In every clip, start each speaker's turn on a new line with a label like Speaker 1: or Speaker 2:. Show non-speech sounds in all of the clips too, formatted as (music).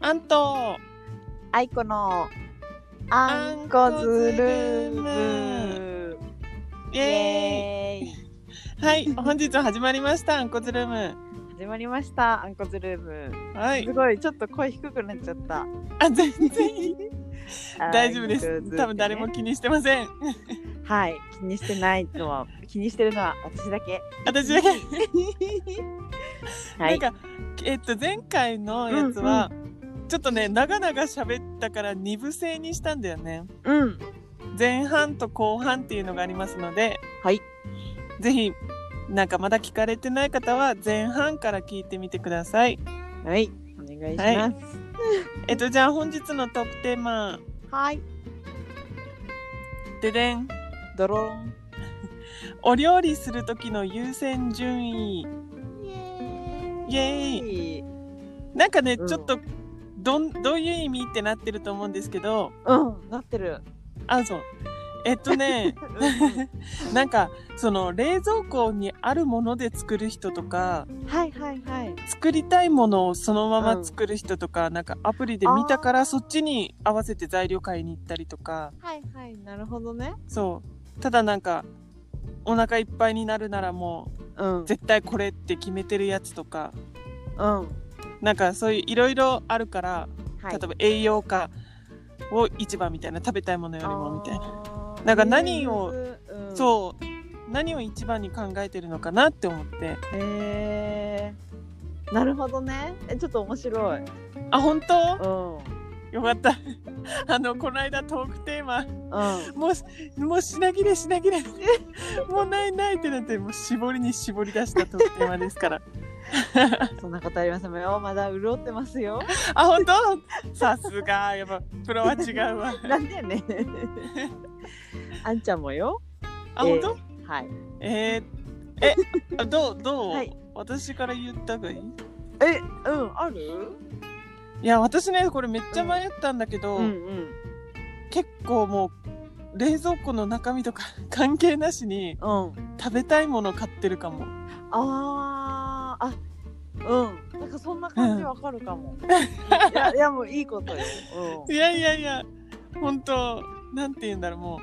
Speaker 1: アンと
Speaker 2: あいこのあんこズルーム
Speaker 1: イ
Speaker 2: イ
Speaker 1: エ
Speaker 2: エー
Speaker 1: ー
Speaker 2: イ
Speaker 1: イはい本日始まりましたアンコズルーム
Speaker 2: 始まりましたあんこズルーム
Speaker 1: は
Speaker 2: す
Speaker 1: い
Speaker 2: ごいちょっと声低くなっちゃった
Speaker 1: あ全然いい大丈夫です
Speaker 2: あんこズルームね
Speaker 1: 多分誰も気にしてません
Speaker 2: はい気にしてないのは (laughs) 気にしてるのは私だけ
Speaker 1: 私だけ、
Speaker 2: (laughs) はい
Speaker 1: なんかえっと前回のやつは、ちょっとね長々喋ったから二部制にしたんだよね
Speaker 2: うん
Speaker 1: 前半と後半っていうのがありますので
Speaker 2: はい
Speaker 1: ぜひなんかまだ聞かれてない方は前半から聞いてみてください
Speaker 2: はいお願いします
Speaker 1: えっとじゃあ本日のトークテーマ
Speaker 2: はい
Speaker 1: ででん
Speaker 2: ドローン
Speaker 1: お料理する時の優先順位
Speaker 2: イ
Speaker 1: イエーイ
Speaker 2: イ
Speaker 1: なんかね、
Speaker 2: うん
Speaker 1: ちょっとどんどういう意味ってなってると思うんですけど
Speaker 2: うんなってる
Speaker 1: あそうえっと
Speaker 2: (laughs)
Speaker 1: ねなんかその冷蔵庫にあるもので作る人とか
Speaker 2: はいはいはい
Speaker 1: 作りたいものをそのまま作る人とか、なんかアプリで見たから
Speaker 2: あー
Speaker 1: そっちに合わせて材料買いに行ったりとか
Speaker 2: はいはいなるほどね
Speaker 1: そうただなんかお腹いっぱいになるならも
Speaker 2: うん
Speaker 1: う絶対これって決めてるやつとか
Speaker 2: うん
Speaker 1: なんかそういういろいろあるから、
Speaker 2: は
Speaker 1: 例えば栄養価を一番みたいな食べたいものよりもみたいな、
Speaker 2: な
Speaker 1: なんか何を、
Speaker 2: うん
Speaker 1: そう何を一番に考えてるのかなって思って
Speaker 2: へーなるほどねえちょっと面白い
Speaker 1: あ本
Speaker 2: (laughs)
Speaker 1: 当
Speaker 2: うん
Speaker 1: よかった (laughs) あのこの間トークテーマ
Speaker 2: うん
Speaker 1: もうしもう品切れ品切れ (laughs) もうないないってなってもう絞りに絞り出したトークテーマですから
Speaker 2: そんなことありませんよまだ潤ってま
Speaker 1: (laughs)
Speaker 2: すよ
Speaker 1: あ本当さすがやっぱプロは違う
Speaker 2: (laughs)
Speaker 1: わ
Speaker 2: なん
Speaker 1: (laughs)
Speaker 2: でねあんちゃんもよ
Speaker 1: あ本当
Speaker 2: はい
Speaker 1: えー、えあどうどう、
Speaker 2: はい
Speaker 1: 私から言った方がいい
Speaker 2: えうんある
Speaker 1: いや私ねこれめっちゃ迷ったんだけど、
Speaker 2: うん
Speaker 1: 結構もう冷蔵庫の中身とか関係なしに
Speaker 2: うんうん
Speaker 1: 食べたいもの買ってるかも
Speaker 2: あーあうんなんかそんな感じわかる
Speaker 1: (laughs)
Speaker 2: かも、いやいやもういいことよ、
Speaker 1: いやいやいや本当なんて言うんだろうもう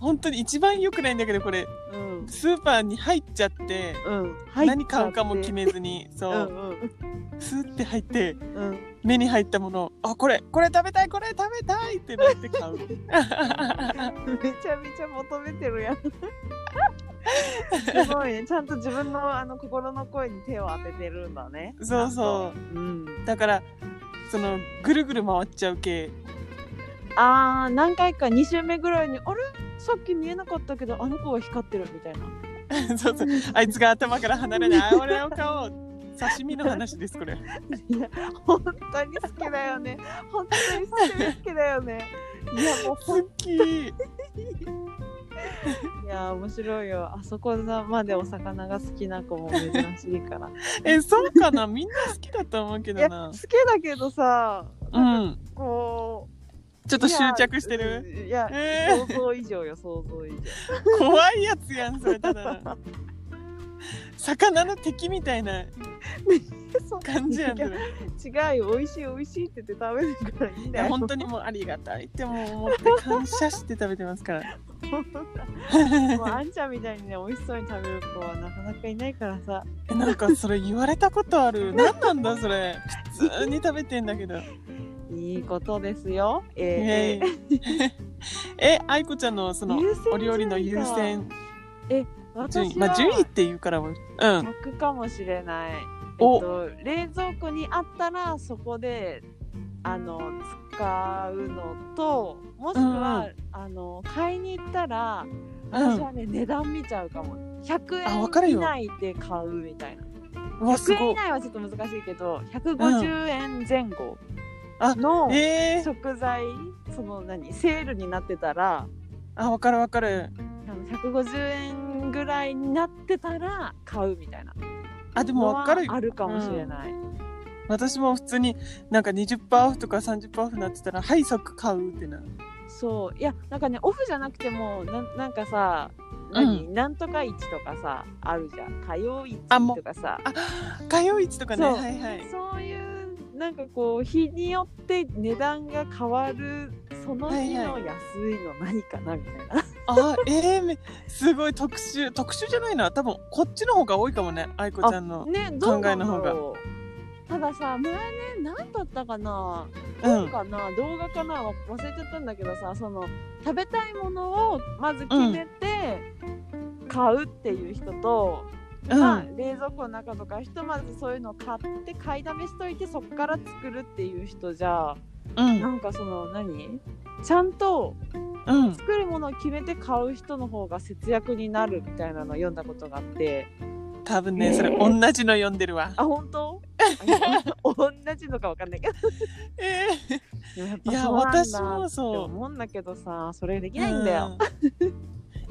Speaker 1: 本当に一番良くないんだけどこれ
Speaker 2: うんうん
Speaker 1: スーパーに入っちゃって
Speaker 2: うん、
Speaker 1: 何買うかも決
Speaker 2: め
Speaker 1: めずに
Speaker 2: う
Speaker 1: そうん
Speaker 2: うん
Speaker 1: スーって入って
Speaker 2: うん
Speaker 1: 目に入ったものをあこれこれ食べたいこれ食べたいってなって買う
Speaker 2: めちゃめちゃ求めてるやん。すごいね。ちゃんと自分のあの心の声に手を当ててるんだね。。
Speaker 1: そうそう
Speaker 2: うん。
Speaker 1: うだからそのぐるぐる回っちゃう系 (laughs)
Speaker 2: ああ何回か2週目ぐらいにあれさっき見えなかったけどあの子が光ってるみたいな。
Speaker 1: そうそうあいつが頭から離れないあ俺を買おう刺身の話ですこれ
Speaker 2: いや (laughs) 本当に好きだよね。本当に好き好きだよね。いやもうほん
Speaker 1: 好き
Speaker 2: いや面白いよ。あそこまでお魚が好きな子も珍しいから。
Speaker 1: (laughs) えそうかなみんな好きだと思うけ
Speaker 2: い
Speaker 1: ど
Speaker 2: や
Speaker 1: な
Speaker 2: 好きだけどさ、
Speaker 1: う
Speaker 2: なんか
Speaker 1: ん
Speaker 2: こう。
Speaker 1: ちょっと執着してる
Speaker 2: いや、
Speaker 1: えー
Speaker 2: 想像以上よ想像以
Speaker 1: (laughs)
Speaker 2: 上
Speaker 1: 怖いやつやんそれただの魚の敵みたいな感じやんそれい
Speaker 2: 違うよ美味しい美味しいって言って食べるからいいんだ
Speaker 1: や
Speaker 2: よ
Speaker 1: 本当にもうありがたいってもう思って感謝して食べてますから (laughs)
Speaker 2: もうあんちゃんみたいにね美味しそうに食べる子はなかなかいないからさ
Speaker 1: えなんかそれ言われたことある何なんだそれ普通に食べてんだけど
Speaker 2: いいことですよえ
Speaker 1: え
Speaker 2: ー、
Speaker 1: (laughs) え愛子ちゃんのその
Speaker 2: 優先順位か
Speaker 1: お料理の優先順
Speaker 2: 私
Speaker 1: 位
Speaker 2: は、
Speaker 1: まあ順位っていうからもうん
Speaker 2: 逆かもしれない
Speaker 1: お
Speaker 2: えっと、冷蔵庫にあったらそこであの使うのともしくは、
Speaker 1: うんう
Speaker 2: あの買いに行ったら
Speaker 1: うん
Speaker 2: 私はね、値段見ちゃうかも
Speaker 1: あわか
Speaker 2: 100
Speaker 1: る
Speaker 2: 円以
Speaker 1: よ
Speaker 2: 内で買うみたいな
Speaker 1: うわす
Speaker 2: 100円
Speaker 1: ご
Speaker 2: 以
Speaker 1: い
Speaker 2: 内はちょっと難しいけど150円前後
Speaker 1: あ
Speaker 2: の
Speaker 1: えー、
Speaker 2: 食材、その何セールになってたら
Speaker 1: あわかるわかる
Speaker 2: あの150円ぐらいになってたら買うみたいな
Speaker 1: あで
Speaker 2: の
Speaker 1: もわ
Speaker 2: は
Speaker 1: かる
Speaker 2: あるかもしれない、
Speaker 1: 私も普通になんか20%オフとか30%オフになってたらはい即買うってな
Speaker 2: そういやなんかねオフじゃなくてもななんかさ何、なんとか市とかさあるじゃん火曜市
Speaker 1: あもう
Speaker 2: とかさ
Speaker 1: あ火曜市とかね
Speaker 2: そう
Speaker 1: はいはい
Speaker 2: そういうなんかこう日によって値段が変わるその日の安いの何かなみたいな、
Speaker 1: あーえーめすごい特集特集じゃないな多分こっちの方が多いかもね愛子ちゃんの
Speaker 2: ねどうなん
Speaker 1: 考
Speaker 2: だ
Speaker 1: えの方が
Speaker 2: ろうたださ前ね何だったかな
Speaker 1: う
Speaker 2: 本
Speaker 1: ん
Speaker 2: かな、動画かな忘れちゃったんだけどさその食べたいものをまず決めて買うっていう人と、
Speaker 1: うん、
Speaker 2: まあ、冷蔵庫の中とかひとまずそういうのを買って買いだめしといてそこから作るっていう人じゃ
Speaker 1: うん
Speaker 2: なんかその何ちゃんと
Speaker 1: うん
Speaker 2: 作るものを決めて買う人の方が節約になるみたいなのを読んだことがあって
Speaker 1: 多分ねそれ同じの読んでるわ
Speaker 2: あ
Speaker 1: (laughs)
Speaker 2: 本当同じのかわかんないけど
Speaker 1: えー
Speaker 2: でもやっ
Speaker 1: いや
Speaker 2: ぱ
Speaker 1: 私
Speaker 2: そうなんだ
Speaker 1: も
Speaker 2: って
Speaker 1: そう
Speaker 2: 思うんだけどさそれできないんだよ、
Speaker 1: うん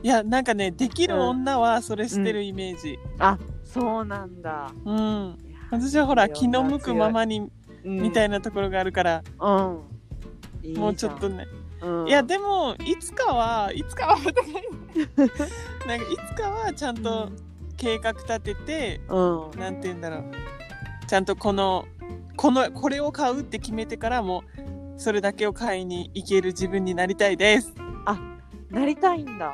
Speaker 1: いやなんかねできる女はそれしてるイメージ
Speaker 2: あそうなんだ
Speaker 1: うん、私はほら気の向くままにみた
Speaker 2: い
Speaker 1: いなところがあるから、
Speaker 2: な、うんいいじゃん
Speaker 1: もうちょっと、ね
Speaker 2: うん
Speaker 1: いやでもいつかはいつかは (laughs) なんかいつかはちゃんと計画立てて、
Speaker 2: うん
Speaker 1: なんて言うんだろうちゃんとこのこのこれを買うって決めてからもそれだけを買いに行ける自分になりたいです
Speaker 2: なりたいんだ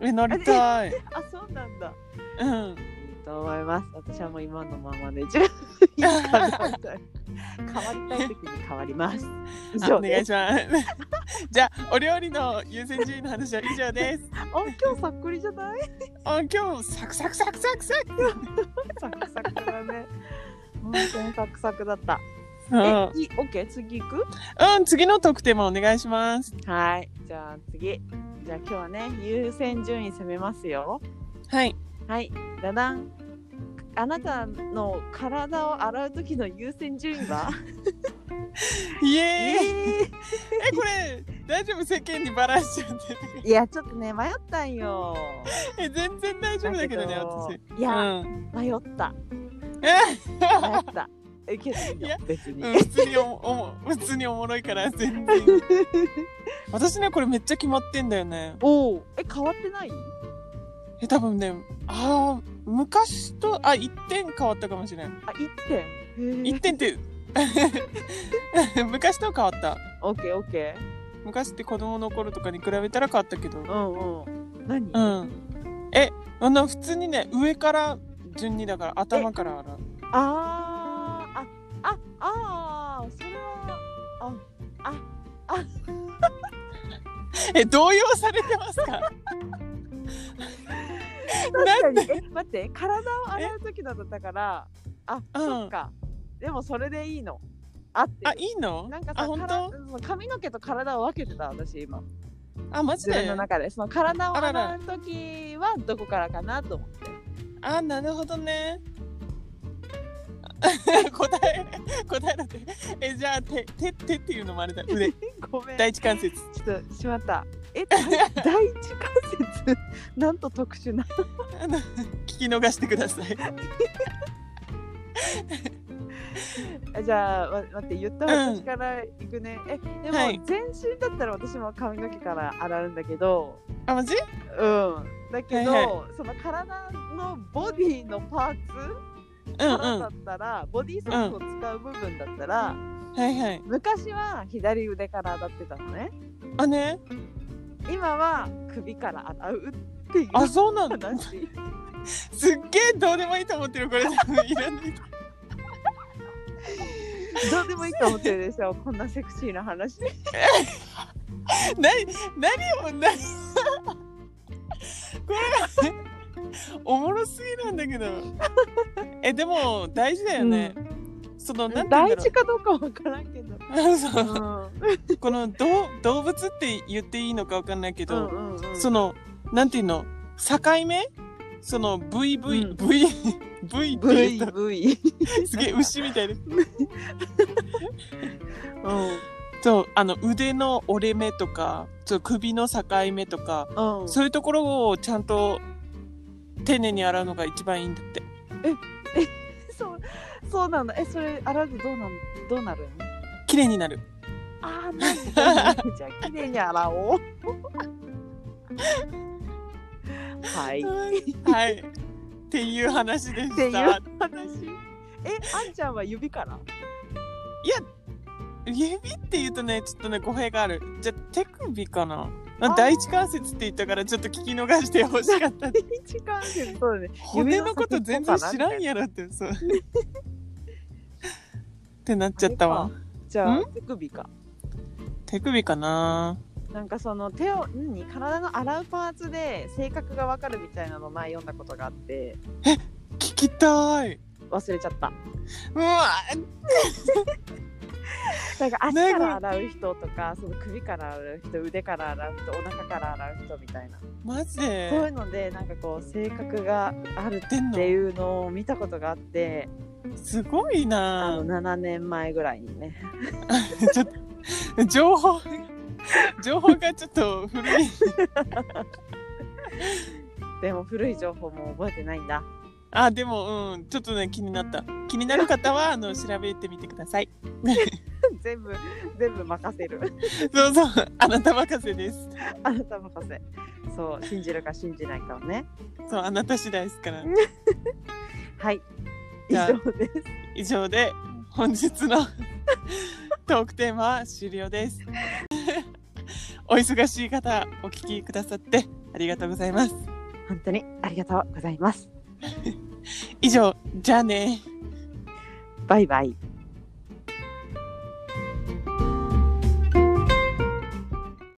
Speaker 1: えなりた
Speaker 2: (laughs)
Speaker 1: い
Speaker 2: あそうなんだ
Speaker 1: うん
Speaker 2: いいと思います。私はもう今のままで十分いいかなみたい
Speaker 1: (laughs)
Speaker 2: な。変わりたい時に変わります。以
Speaker 1: あ
Speaker 2: 上
Speaker 1: お願
Speaker 2: で
Speaker 1: い
Speaker 2: す。
Speaker 1: します (laughs) じゃあお料理の優先順位の話は以上です
Speaker 2: あ今日さっくりじゃない？
Speaker 1: あ今日サクサクサクサクサ
Speaker 2: (laughs)
Speaker 1: ク
Speaker 2: サクサクだね。 (laughs) 本当にサクサクだった。
Speaker 1: うん
Speaker 2: え、いオッケー、次行く？
Speaker 1: うん、次の特典もお願いします
Speaker 2: はい。じゃあ次。じゃあ今日はね優先順位攻めますよ。
Speaker 1: はい
Speaker 2: はい。だだん。あなたの体を洗う時の優先順位は？
Speaker 1: イ
Speaker 2: え
Speaker 1: エーイえこれ大丈夫世間にバラしちゃって
Speaker 2: ー (laughs) いやちょっとね迷ったんよ。
Speaker 1: え全然大丈夫だけどね
Speaker 2: だ
Speaker 1: 私
Speaker 2: いや。
Speaker 1: うん
Speaker 2: 迷った
Speaker 1: え
Speaker 2: 迷ったえけどいい
Speaker 1: い
Speaker 2: よ
Speaker 1: や
Speaker 2: 別に、
Speaker 1: うん普通におもおも (laughs) 普通におもろいから全然私ねこれめっちゃ決まってんだよね
Speaker 2: (laughs) おおえ変わってない
Speaker 1: え多分ねあー昔とあ一点変わったかもしれん
Speaker 2: あ一点
Speaker 1: 一点って (laughs) 昔とは変わった
Speaker 2: オッケーオッケ
Speaker 1: 昔って子供の頃とかに比べたら変わったけど
Speaker 2: ーうんうん何、
Speaker 1: うん。え、あの普通にね、上から順にだから頭から洗う。
Speaker 2: あーああああーそれはあ
Speaker 1: (laughs) え、動揺されてますか？
Speaker 2: 確かにえ待って体を洗う時のだったからあ、そっかでもそれでいいのあって
Speaker 1: あ、いいの？
Speaker 2: なんか
Speaker 1: あ、
Speaker 2: さ
Speaker 1: 本
Speaker 2: から
Speaker 1: 当？
Speaker 2: うん髪の毛と体を分けてた私今
Speaker 1: あ、マジ
Speaker 2: 自分
Speaker 1: で
Speaker 2: の？中でその体を
Speaker 1: あらら
Speaker 2: 洗う時はどこからかなと思って
Speaker 1: あ、なるほどね。 (laughs) 答え答えだって。え、じゃあ手手手っていうのもあれだ。腕、
Speaker 2: ごめ
Speaker 1: (laughs)
Speaker 2: ん
Speaker 1: 第一関節。 (laughs)
Speaker 2: ちょっとしまった。え、第第一関節、 (laughs) なんと特殊な。
Speaker 1: あの聞き逃してください。
Speaker 2: あじゃあ、わ待って、言った
Speaker 1: うん
Speaker 2: 私から行くね。え、でも、
Speaker 1: はい
Speaker 2: 全身だったら私も髪の毛から洗うんだけど、
Speaker 1: あ、マジ？
Speaker 2: うん。だけど、
Speaker 1: はい
Speaker 2: その体のボディのパーツ
Speaker 1: うんうん。
Speaker 2: からだ
Speaker 1: は
Speaker 2: ったら、ボディーソープを使う部分だったら、
Speaker 1: いはい。
Speaker 2: 昔は左腕から洗ってたのね。
Speaker 1: あね。
Speaker 2: 今は首から洗うっていう
Speaker 1: あ、そうなんだ。
Speaker 2: 話。 (laughs)
Speaker 1: すっげえどうでもいいと思ってるこれ。 (laughs) 多分いらない。
Speaker 2: どうでもいいと思ってるでしょ、こんなセクシーな話。
Speaker 1: 何何を何これおもろすぎなんだけどえでも大事だよね、そのなんて言うん
Speaker 2: 大
Speaker 1: だろ
Speaker 2: 事かどうかわからんけ
Speaker 1: (laughs)
Speaker 2: ど。
Speaker 1: うそう
Speaker 2: うん
Speaker 1: このどう動物って言っていいのかわかんないけど、
Speaker 2: うんうんうん
Speaker 1: そのなんていうの境目その VVVV、
Speaker 2: うん
Speaker 1: V (laughs) って言った
Speaker 2: VV。
Speaker 1: すげえ牛みたいで
Speaker 2: う
Speaker 1: (laughs) そうあの腕の折れ目とかそう首の境目とか
Speaker 2: ん。うん。
Speaker 1: そういうところをちゃんと丁寧に洗うのが一番いいんだって。
Speaker 2: (laughs) そうそうなんだ。え、それ洗うとどうなんどうなるの？
Speaker 1: 綺麗になる。
Speaker 2: ああ、なる (laughs) ほどねじゃあ綺麗に洗おう。はい。 (laughs) っ
Speaker 1: はい。っていう話で
Speaker 2: てい
Speaker 1: した
Speaker 2: う話。。え、あんちゃんは指から？
Speaker 1: 指って言うとねちょっとね語弊があるじゃあ手首かなまあ
Speaker 2: あー
Speaker 1: 第一関節って言ったからちょっと聞き逃してほしかった
Speaker 2: (laughs) 一関節そうだね。
Speaker 1: 骨のこと全然知らんやろってそうってなっちゃったわ
Speaker 2: あれじゃあ
Speaker 1: ん
Speaker 2: 手首か。
Speaker 1: 手首かな
Speaker 2: なんかその手を何体の洗うパーツで性格がわかるみたいなの前読んだことがあって
Speaker 1: 聞きたい
Speaker 2: 忘れちゃった。
Speaker 1: うわ
Speaker 2: なんか足
Speaker 1: ね
Speaker 2: から洗う人とかその首から洗う人腕から洗う人お腹から洗う人みたいな、
Speaker 1: マジ
Speaker 2: そうい
Speaker 1: で
Speaker 2: うのでなんかこう性格がある
Speaker 1: 出ん
Speaker 2: っ
Speaker 1: の
Speaker 2: ていうのを見たことがあって、
Speaker 1: すごい
Speaker 2: あ
Speaker 1: な
Speaker 2: の7年前ぐらいにね (laughs)
Speaker 1: (laughs) ちょっと情報が情報がちょっと古い
Speaker 2: でも古い情報も覚えてないんだ (laughs)
Speaker 1: あでもうんちょっとね気になった気になる方はあの調べてみてください
Speaker 2: 全部全部任せる (laughs)
Speaker 1: そうそうあなた任せです
Speaker 2: あなた任せそう信じるか信じないかをね
Speaker 1: そうあなた次第ですから
Speaker 2: はい以
Speaker 1: じゃあ
Speaker 2: 上 (laughs) です
Speaker 1: 以上で本日の (laughs) トークテーマは終了です (laughs) お忙しい方お聞きくださってありがとうございます
Speaker 2: 本当にありがとうございます
Speaker 1: 以上じゃあね
Speaker 2: バイバイ